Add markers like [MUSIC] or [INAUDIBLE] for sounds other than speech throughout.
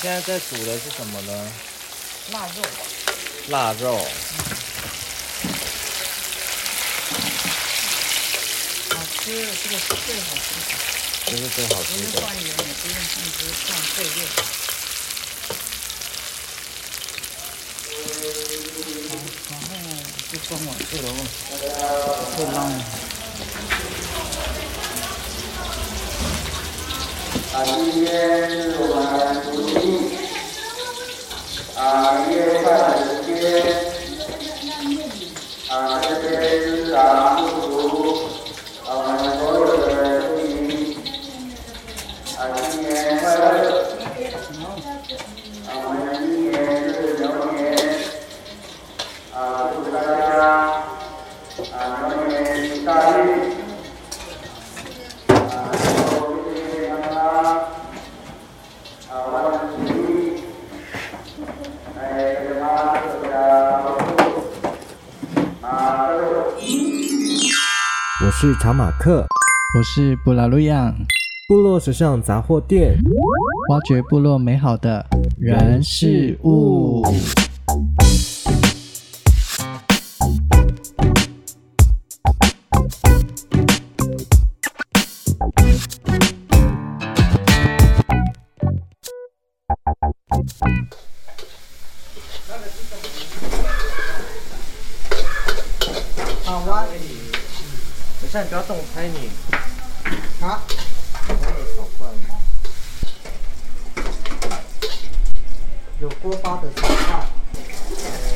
现在在煮的是什么呢？腊肉吧。腊肉。好吃，这个是最好吃的。这是最好不吃是的放，盐，也不用放只是放碎肉。好，然后就装我这个就捞了。啊，今天是我们母亲啊月快乐时间啊，这边是啊祝福啊我们所有的妇女啊新年快乐啊我们今年是牛年啊祝大家啊牛年大运。啊，然后就是让他啊，万事如意，哎，给他这个啊，这个。我是查马克，我是布拉路漾，部落时尚杂货店。挖掘部落美好的人事物。好啊，等一下你不要动，拍你。好，拍你手惯了。有锅巴的炒饭。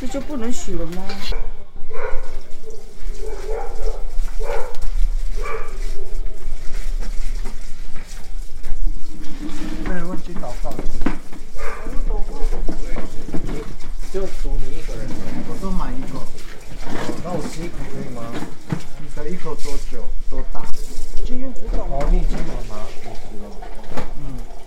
这就不能洗了吗？没有问题，祷告。就煮你一个人。我多买一个，哦那我吃一口可以吗？你的一口多久？多大？哦，你已经有拿出去了。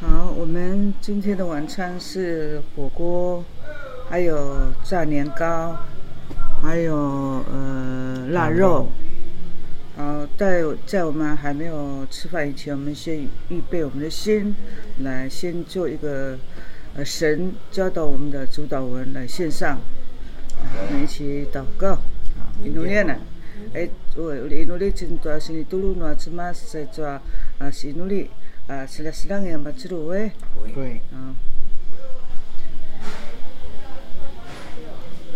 好，我们今天的晚餐是火锅，还有炸年糕，还有呃腊肉。好，在在我们还没有吃饭以前，我们先预备我们的心，来先做一个呃神教导我们的主导文来献上，我们一起祷告。印度念呢？哎，我印度念真多，是你吐露诺芝麻在做啊，是印度念啊，是啦是啦，也蛮知道喂。对，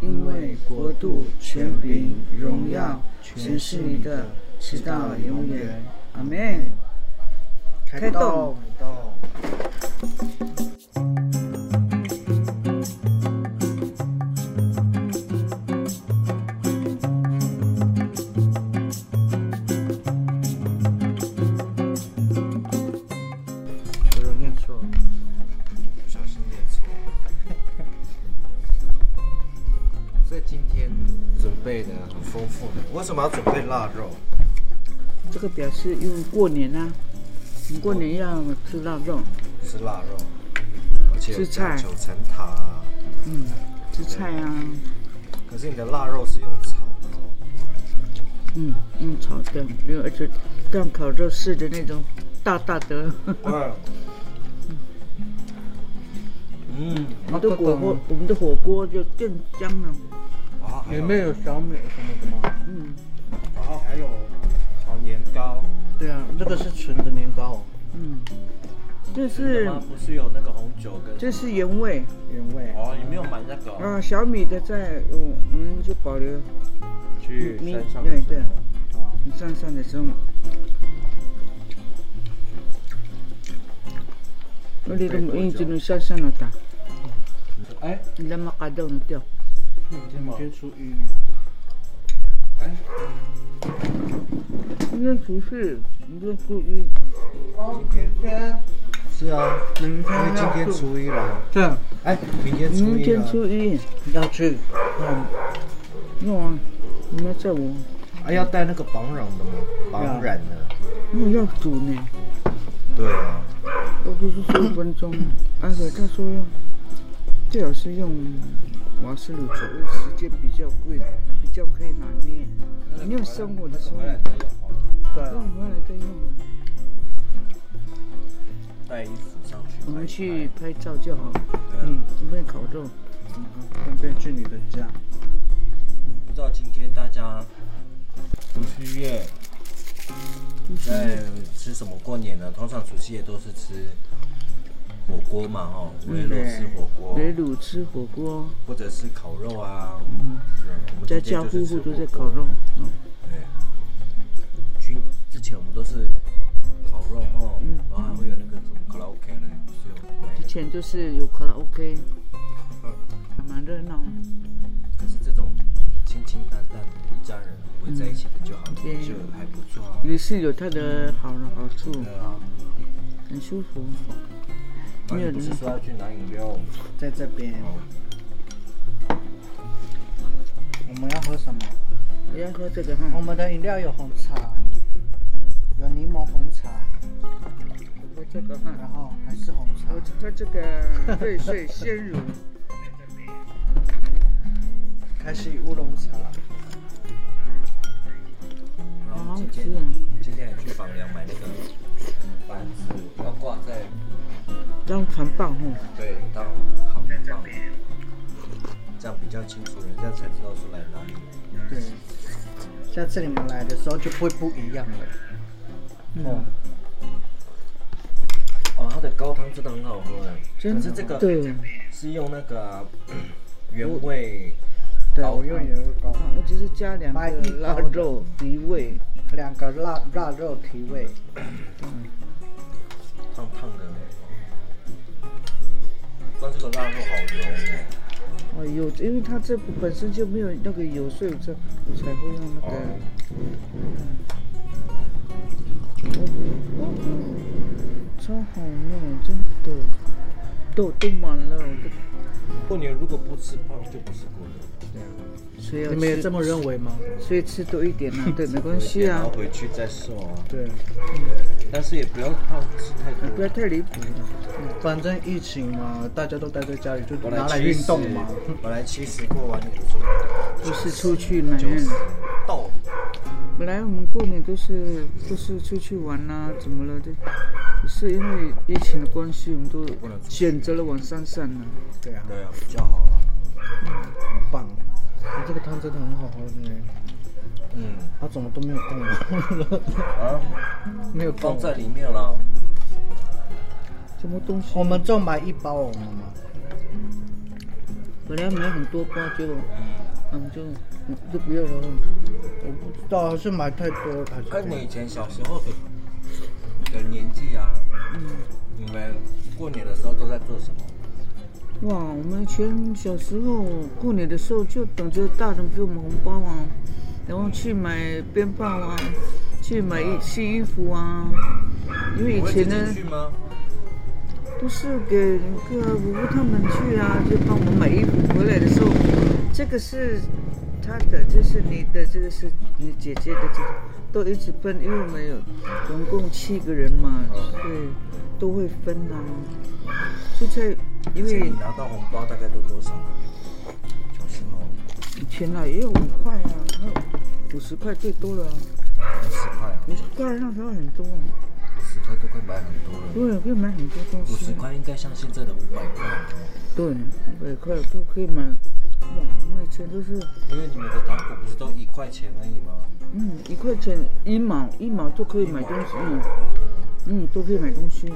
因为国度、权柄、荣耀，全是你的，直到永远。阿门。开动。我有念错。不小心念错。 [LAUGHS] 所以今天准备的很丰富的。为什么要准备腊肉？这个表示因为过年啊，你过年要吃腊肉，是腊肉，而且是菜讲求成塔。嗯，吃菜啊，可是你的腊肉是用炒的哦，嗯，嗯，炒的，因为而且像烤肉似的那种，大大的，哦嗯， [LAUGHS] 我们的火锅，我们的火锅就更香了。啊，还里有面有小米什么的吗？嗯然后还有炒年糕，对啊，这个是纯的年糕。嗯，这是吗？不是有那个红酒跟这是原味，原味。哦，你没有买那个哦、啊，小米的在，我我们就保留去你山上对的时对候你站上的生活。우리 그럼 인지는 샤샤나다. 哎 에? lama kada ng tiyo. 是吗？那不是，你这故意。是啊，明因为今天初一了，对，哎，明天初明一天了，初一要去。嗯，那啊，你们在我，啊哎，要带那个绑染的吗？绑染的，那要煮呢。对啊，我不是说五分钟吗？而且他说最好是用瓦斯炉煮，时间比较贵，比较可以拿捏。你用生活的时候，对啊，用回来再用。带衣服上去。我们去拍照就好。对啊嗯，准备烤肉。顺便去你的家。不知道今天大家除夕夜在吃什么过年呢？通常除夕夜都是吃火锅嘛，哦，嗯围炉吃火锅，围炉吃火锅，或者是烤肉啊。对我们家今天家就是户吃户都火在锅烤肉。嗯，对，去之前我们都是烤肉哦，嗯然后还会有那个什么卡拉 OK 呢，不是有买那之个前就是有卡拉 OK，还蛮热闹的。可是这种清清淡淡的一家人围在一起的就好，对就还不错啊。也是有它的好好处，对啊，很舒服。那没你有不是说要去拿饮啊料？在这边，哦，我们要喝什么？你要喝这个我哈，们的饮料有红茶，有柠檬红茶，我喝这个哈。然后还是红茶我。喝这 [LAUGHS] 个瑞穗鲜乳，开始乌龙茶，然后好好今吃天啊！今天也去房梁买那个板子，要挂在当环棒哦，对当扛棒，这样比较清楚，人家才知道说来哪里。对。下次你们来的时候就会不一样了。嗯，哦，它的高汤真的很好喝哎，可是这个对，是用那个啊原味对，高我用原味高嗯汤，我只是加两买个一腊包的肉提味，两个腊腊肉提味，烫烫的呢。但这个腊肉好油哎，哦有，因为它这本身就没有那个油，所以我才我才会用那个。我我哦超好呢，真的，都都满了，我的过年如果不吃胖就不是过年，谁要你们也吃这么认为吗？所以吃多一点啊，对，没关系然啊 [LAUGHS] 后，回去再瘦啊，对，但是也不要胖吃太多。不要太离谱了。反正疫情嘛，大家都待在家里，就本拿来七运十动嘛。，本来七十过完年之后不是出去买，就是嗯到本来我们过年都是都是出去玩呐、怎么了？这是因为疫情的关系，我们都能出去选择了往山上了、对啊，对啊比较好了。很棒。你这个汤真的很好喝呢，嗯它怎么都没有动我， [LAUGHS] 啊，没有放动在里面了，什么东西？我们就买一包我们嘛，本来买很多包，结果嗯就嗯就不要了。我不知道是买太多还是怎哎跟么哎你样以前小时候的的年纪啊，你们过年的时候都在做什么？哇，我们以前小时候过年的时候就等着大人给我们红包啊，然后去买鞭炮啊，去买一新衣服啊，因为以你会自前呢。己去吗？不是给那个姑姑他们去啊，就帮我们买衣服回来的时候，这个是他的，这是你的，这个是你姐姐的，这个都一直分，因为我们有总共七个人嘛，啊所以都会分啊。就在因所以为你拿到红包大概都多少？小时候以前啊也有五块啊，还有五十块最多了啊，十块啊，五十块那时候很多，十块都快买很多了。对，可以买很多东五西十，块应该像现在的五百块，对，五百块都可以买。哇，我们以前都是。因为你们的糖果不是都一块钱而已吗？嗯，一块钱一毛一毛就可以买东西，嗯，嗯，都可以买东西。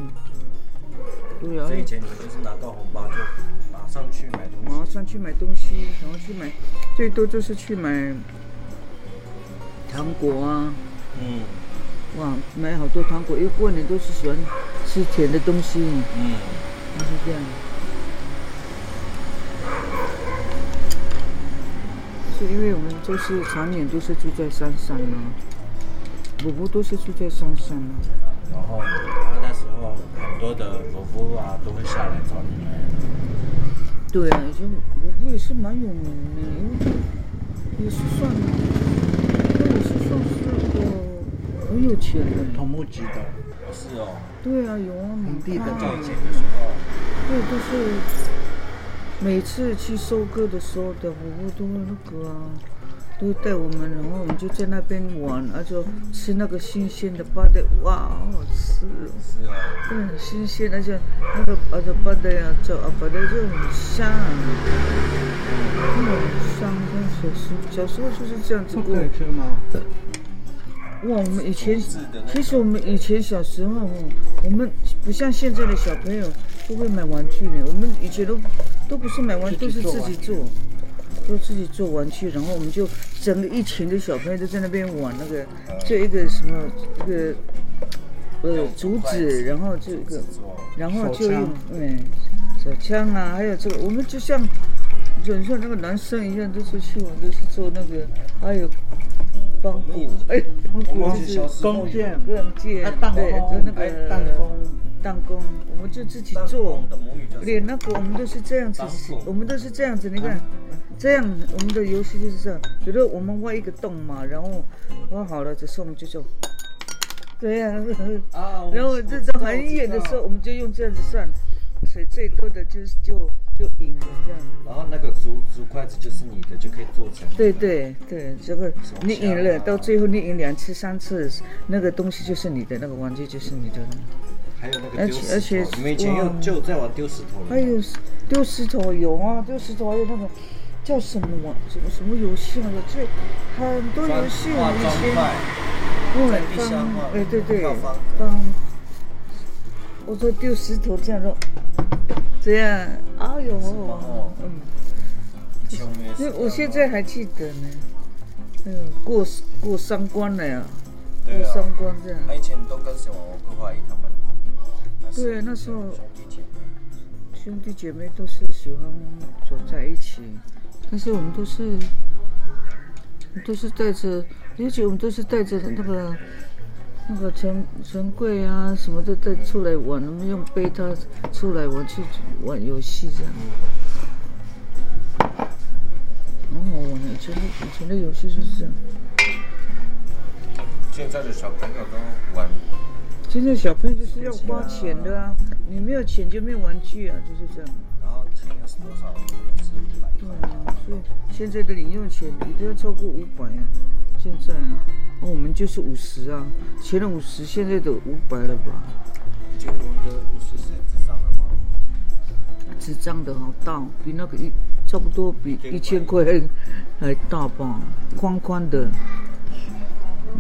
对啊所，以以前你们就是拿到红包就马上去买东西马。上去买东西，然后去买，最多就是去买糖果啊，嗯哇，买好多糖果，因为过年都是喜欢吃甜的东西，嗯，就是这样。是因为我们就是常年都是住在山上嘛，我婆都是住在山上嘛，然后他那时候很多的伯父啊都会下来找你们。对啊，以前我婆也是蛮有名的，因为也是算，那也是算是个很有钱的。土木局的，不是哦，对啊，有啊，本地的蛮大在以前的时候，对，就是每次去收割的时候的婆婆都会那个啊，都会带我们，然后我们就在那边玩，而且吃那个新鲜的巴的，哇，好好吃哦，是哦，对，很新鲜，而且那个呃而且巴的呀，叫啊巴的就很香，就很香，跟小时小时候就是这样子不过可。以吃吗？哇，我们以前自制的那其实我们以前小时候哦，我们不像现在的小朋友都会买玩具呢。我们以前都都不是买玩具，都自己是做自己做，都自己做玩具。然后我们就整个一群的小朋友都在那边玩那个，就一个什么一个呃竹子，然后就一个，然后就用嗯手枪啊，还有这个，我们就像就很像那个男生一样，都是去玩，都是做那个，还有帮鼓，哎。我们小时候弓箭、论剑，啊弹弓对，就那哎个弹弓，弹弓，我们就自己做做，的母语就是连那个我们都是这样子弹弓，我们都是这样子，你看，这样我们的游戏就是这样，比如我们挖一个洞嘛，然后挖好了，这时候我们就就，对呀、啊，然后这种很远的时候，我们就用这样子算，所以最多的就是就就赢了这样。然后那个竹竹筷子就是你的，就可以做成。对对对，这个你赢了，啊到最后你赢两次、三次，那个东西就是你的，那个玩具就是你的了。还有那个丢石头，而且而且你们以前哇又就有在玩丢石头了吗。还有丢石头有啊，丢石头还有那个叫什么玩什么什么游戏啊？有这很多游戏，我化们以妆块，在前我地下化哎对对跳方格，帮我说丢石头这样弄，这样，哎呦吗哦，嗯，以前我们也是这那样我现在还记得呢，哎呦，过过三关了呀，对过啊三关这样。他以前都跟什么王克华一他们？对那时候兄弟姐妹。兄弟姐妹都是喜欢走在一起，但是我们都是都是带着，尤其我们都是带着那个那个钱钱柜啊什么的带出来玩，我们用背它出来玩去玩游戏这样。很好玩哦的，以前的以前的游戏就是这样。现在的小朋友都玩，现在小朋友就是要花钱的啊，你没有钱就没有玩具啊，就是这样。然后听的是多少？可能是一百对块。啊，所以现在的零用钱也都要超过五百啊。现在啊，哦，我们就是五十啊，前了五十，现在的五百了吧？以前我们的五十是智商的吗？纸张的好大，比那个一差不多比一千块还大吧，宽宽的。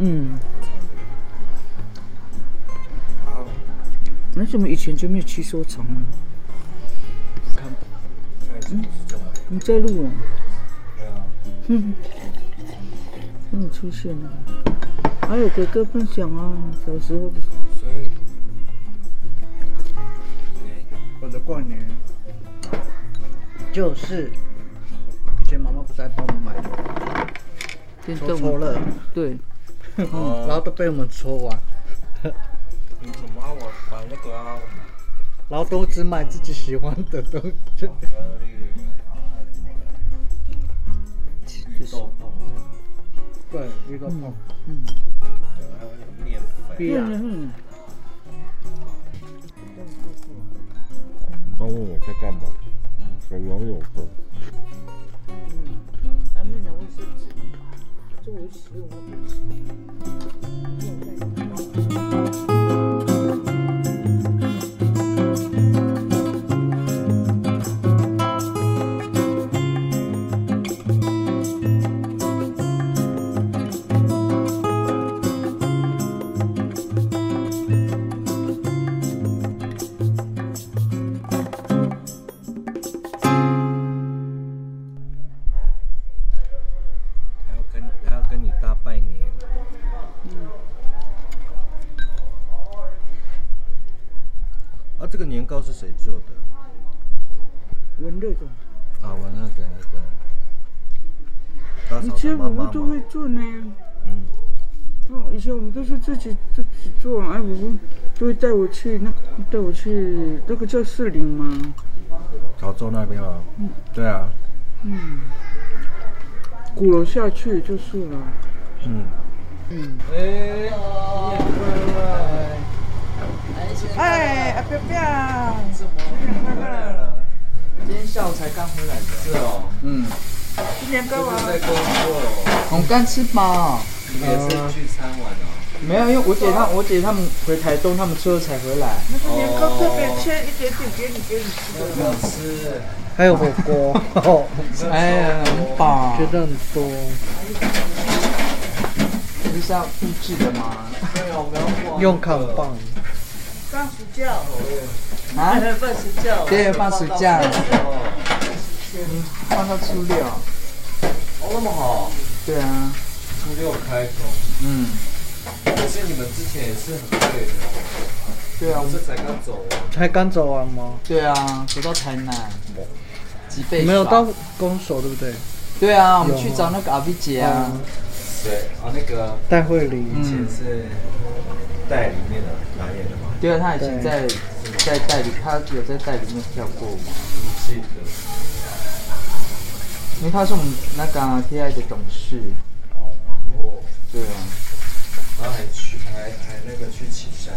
嗯，然后为什么以前就没有去收藏呢？现在就不是这么了。你在录啊？对啊，嗯，出现了。还有哥哥分享啊，小时候的所以，对，我的过年就是以前妈妈不是还帮我们买电抽动抽乐，对，哦然后都被我们抽完，你怎么玩玩那个啊？然后都只买自己喜欢的东西。格力啊，还有什么的？绿豆碰啊，对，一个碰对还有那个面粉。壁啊，嗯，他问嗯我在干嘛，我游泳课。还没拿卫生纸，这我使用过。 Thank 年糕是谁做的？闻那种，啊，我那个那个大以嫂的前妈我妈们嘛都会做呢。嗯，不，以前我们都是自己自己做，哎，我公都会带我去那带我去那个叫士林嘛，潮州那边啊，对啊，鼓楼下去就是了。嗯，哎，啊阿彪彪，今天下午才刚回来的。是哦，新年干嘛？在工作，我们刚吃饱，你们也是聚餐哦晚了。没有，因为我姐她我姐他们回台东，他们吃后才回来。那个年糕特别切一点点给你给你吃的。好吃，还有火 [LAUGHS] 锅，哎呀，很饱，觉得很多。你是要布置的吗？用烤棒。放暑假，啊？放暑假，对，放暑假。嗯，放到初六。哦那么好，对啊，初六开工。嗯，可是你们之前也是很累的，对啊，我我们这才刚走完。才刚走完吗？对啊，走到台南，几倍没有爽到攻守，对不对？对啊，我们有去找那个阿 V 姐啊，对啊，那个戴慧玲，以前是带里面的男演的吗？对啊，她以前在在代理，她有在代理面跳过嘛，记得。因为她是我们那个啊 TI 的董事，哦，对啊，然后还去还还那个去岐山，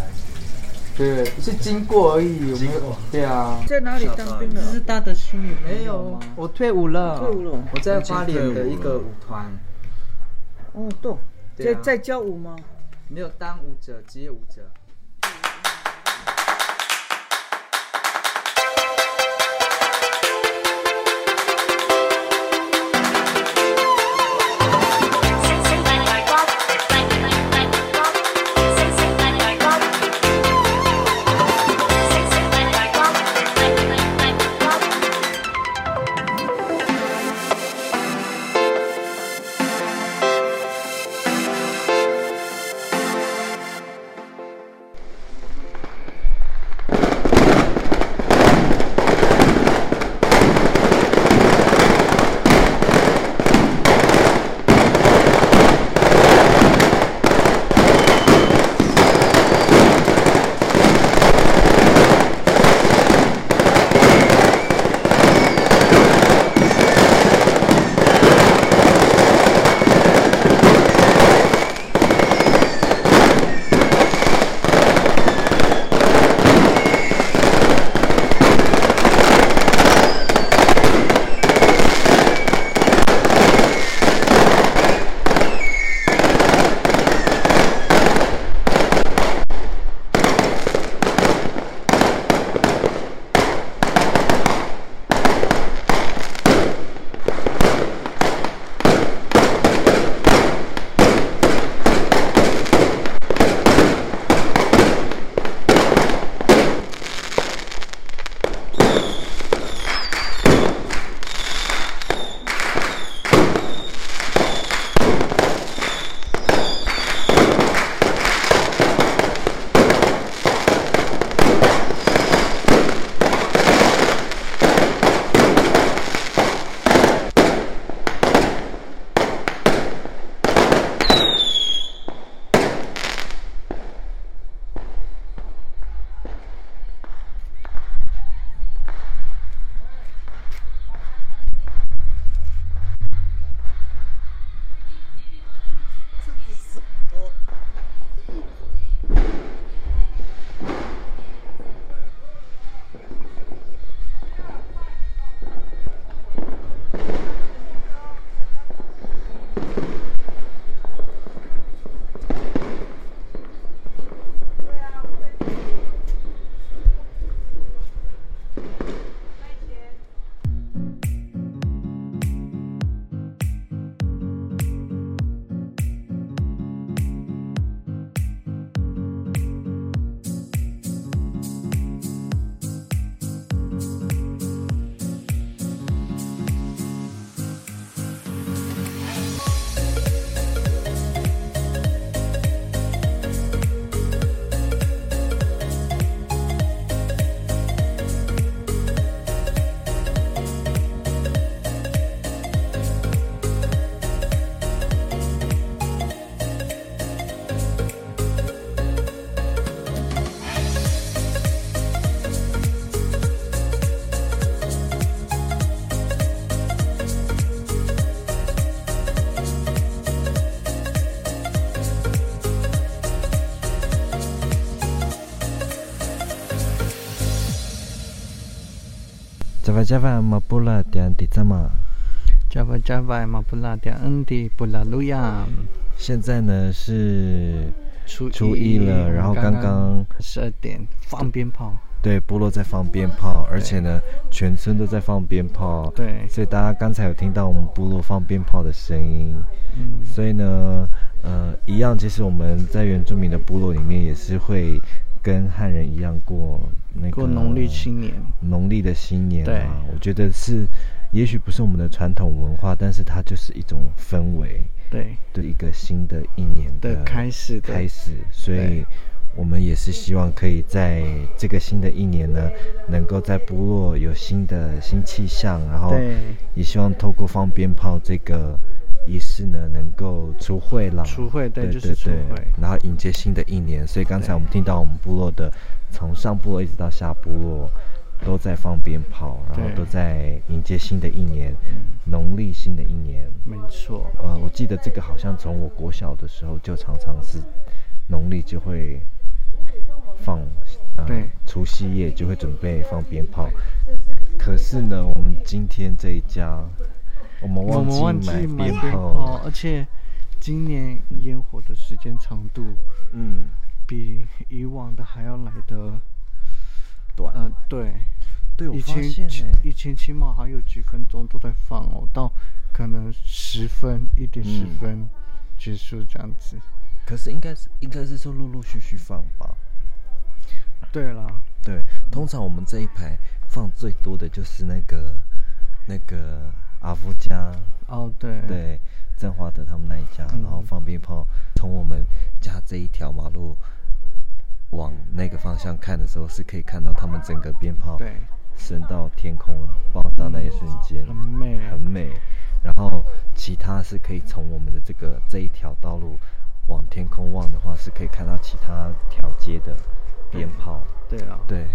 对，只是经过而已，我没经有过，对啊，在哪里啊当兵这的？是他的心里没没有，我退伍了，退伍了我在花莲的一个舞团，哦，对，对啊在在教舞吗？没有当舞者，职业舞者。星星大大光，大大大光，星星大大光，星星大大光，大大大光。 Java Java mapula tian di zama。 Java Java 马布拉的恩迪布拉路亚。现在呢是初初一了，然后刚刚十二点放鞭炮，对部落在放鞭炮，而且呢全村都在放鞭炮，对，所以大家刚才有听到我们部落放鞭炮的声音，嗯，所以呢，呃，一样，其实我们在原住民的部落里面也是会跟汉人一样过那个过农历新年，农历的新年对啊，我觉得是，也许不是我们的传统文化，但是它就是一种氛围，对，对一个新的一年的呃开始的开始，所以对我们也是希望可以在这个新的一年呢，能够在部落有新的新气象，然后对也希望透过放鞭炮这个。仪式呢，能够除会啦，除秽对对就是对除对秽然后迎接新的一年。所以刚才我们听到我们部落的，从上部落一直到下部落，都在放鞭炮，然后对嗯都在迎接新的一年，农历新的一年。没错。呃，我记得这个好像从我国小的时候就常常是农历就会放，呃、对，除夕夜就会准备放鞭炮。可是呢，我们今天这一家，我们我忘们忘记记买买鞭鞭炮。炮，而且今年烟火的时间长度，嗯，比以往的还要来的短。嗯、对，对我以发前现起欸以前起码还有几分钟都在放哦，到可能十分一点十嗯分结束这样子。可是应该是应该是说陆陆续续放吧。对啦，对，通常我们这一排放最多的就是那个那个阿夫家，哦对嗯对，郑华德他们那一家，然后放鞭炮，从我们家这一条马路往那个方向看的时候，是可以看到他们整个鞭炮对升到天空爆炸那一瞬间，很美很美。然后其他是可以从我们的这个这一条道路往天空望的话，是可以看到其他条街的鞭炮。对啦，对。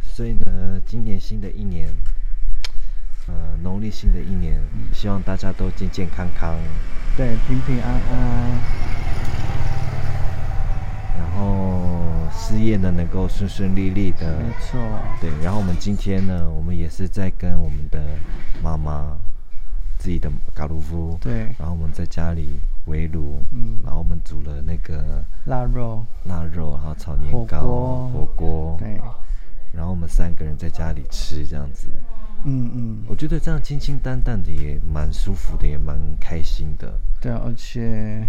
所以呢，今年新的一年，呃，农历新的一年，嗯希望大家都健健康康，对，平平安安，然后事业呢能够顺顺利利的。没错对，然后我们今天呢，我们也是在跟我们的妈妈，自己的嘎鲁夫，对然后我们在家里围炉，嗯然后我们煮了那个腊肉，腊肉，然后炒年火糕、锅火锅，对，然后我们三个人在家里吃这样子，嗯嗯，我觉得这样清清淡淡的也蛮舒服的，也蛮开心 [LAUGHS] 的。对啊，而且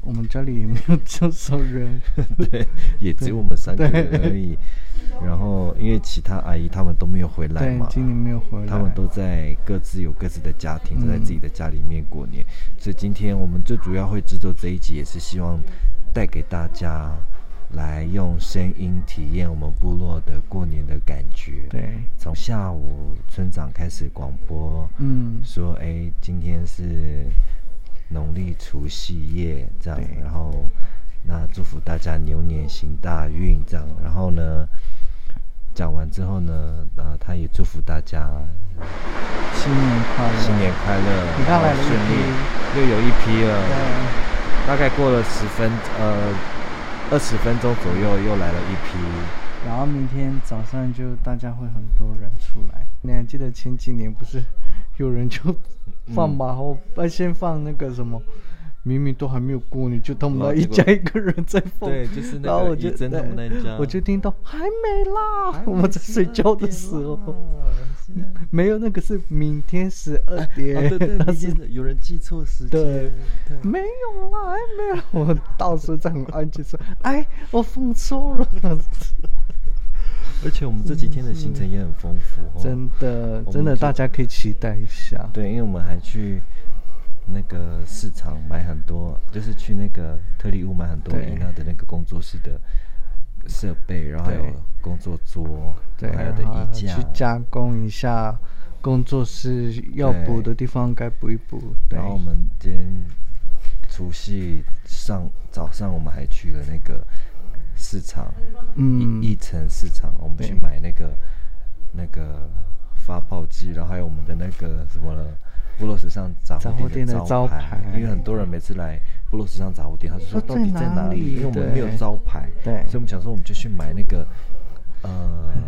我们家里也没有多少人，对，也只有我们三个人而已。然后因为其他阿姨她们都没有回来对嘛，今年没有回来她们都在各自有各自的家庭，嗯都在自己的家里面过年。所以今天我们最主要会制作这一集，也是希望带给大家来用声音体验我们部落的过年的感觉。对从下午村长开始广播，嗯说哎，今天是农历除夕夜这样，然后那祝福大家牛年行大运这样，然后呢，讲完之后呢，呃，他也祝福大家新年快乐，新年快乐，你看来了然后一顺利批，又有一批了，对大概过了十分呃二十分钟左右，又来了一 [LAUGHS] 批，然后明天早上就大家会很多人出来。你还记得前几年不是有人就放马后，呃、先放那个什么，明明都还没有过年，就他们然后那一结果家一个人在放。对就是那然后个我就怡珍他们那一对家我就听到还没啦，哎我们在睡觉的时候，没有那个是明天十二点，哦对对但明是天有人记错时间对对，没有啦，还哎没有。我到时候在很安静说，哎，我放错了。而且我们这几天的行程也很丰富、哦，真的我，们真的，就大家可以期待一下。对，因为我们还去那个市场买很多，就是去那个特力屋买很多对伊娜的那个工作室的设备，然后还有对工作桌，对，还有的然后衣架去，加工一下工作室要对补的地方，该补一补。对然，后我们今天除夕上早上我们还去了那个市场，嗯一一层市场，我们对去买那个那个发泡机，然后还有我们的那个什么了。部落时尚杂杂货货店的招牌，牌因为很多人每次来部落时尚杂货店，他就说说到底在在哪哪里因为我们对没有招牌，对所以我们想说我们就去买那个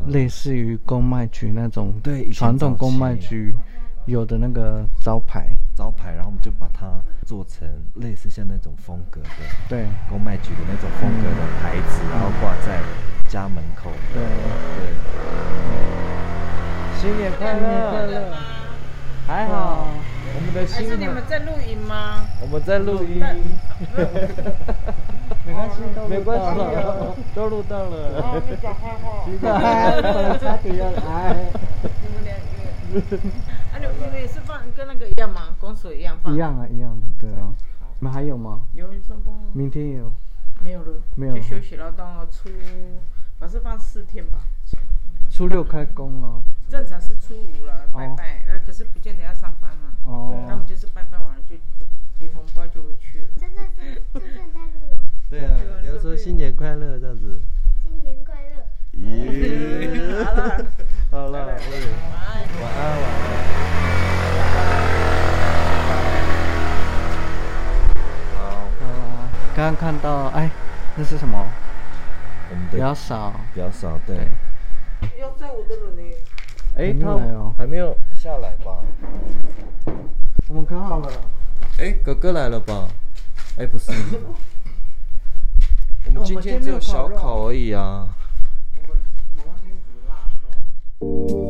类似于公卖局那种对以前传统早公卖期局有的那个招牌，招牌，然后我们就把它做成类似像那种风格的，对，公卖局的那种风格嗯的牌子，然后挂在家门口。对对。新年快乐！还好，我们的还是新你年们在录影吗？我们在录音，没关系，没关系啊，都录到了。哦 [LAUGHS] 新年快乐差点要来你们两个，啊，你们也是放跟那个一样吗？公所一样放？一样啊，一样的，对啊。你们还有吗？有你说不？明天也有，没有了，没有就休息了，到初，我是放四天吧，初六开工啊。正常是初五了，拜拜，呃，可是不见得要上班嘛。哦他们就是拜拜完了就领红包就回去了。真的真真正在录。对啊，你要说新年快乐这样子。新年快乐！咦，好了，好了，晚安，晚安。啊，刚刚看到，哎，那是什么？我们的比较少，比较少，对。要载我的人呢？哎哎，他他还没有下来吧？我们可好了。哎，哥哥来了吧？哎，不 [LAUGHS] 是，我们今天只有小烤而已啊。我们今天煮腊肉。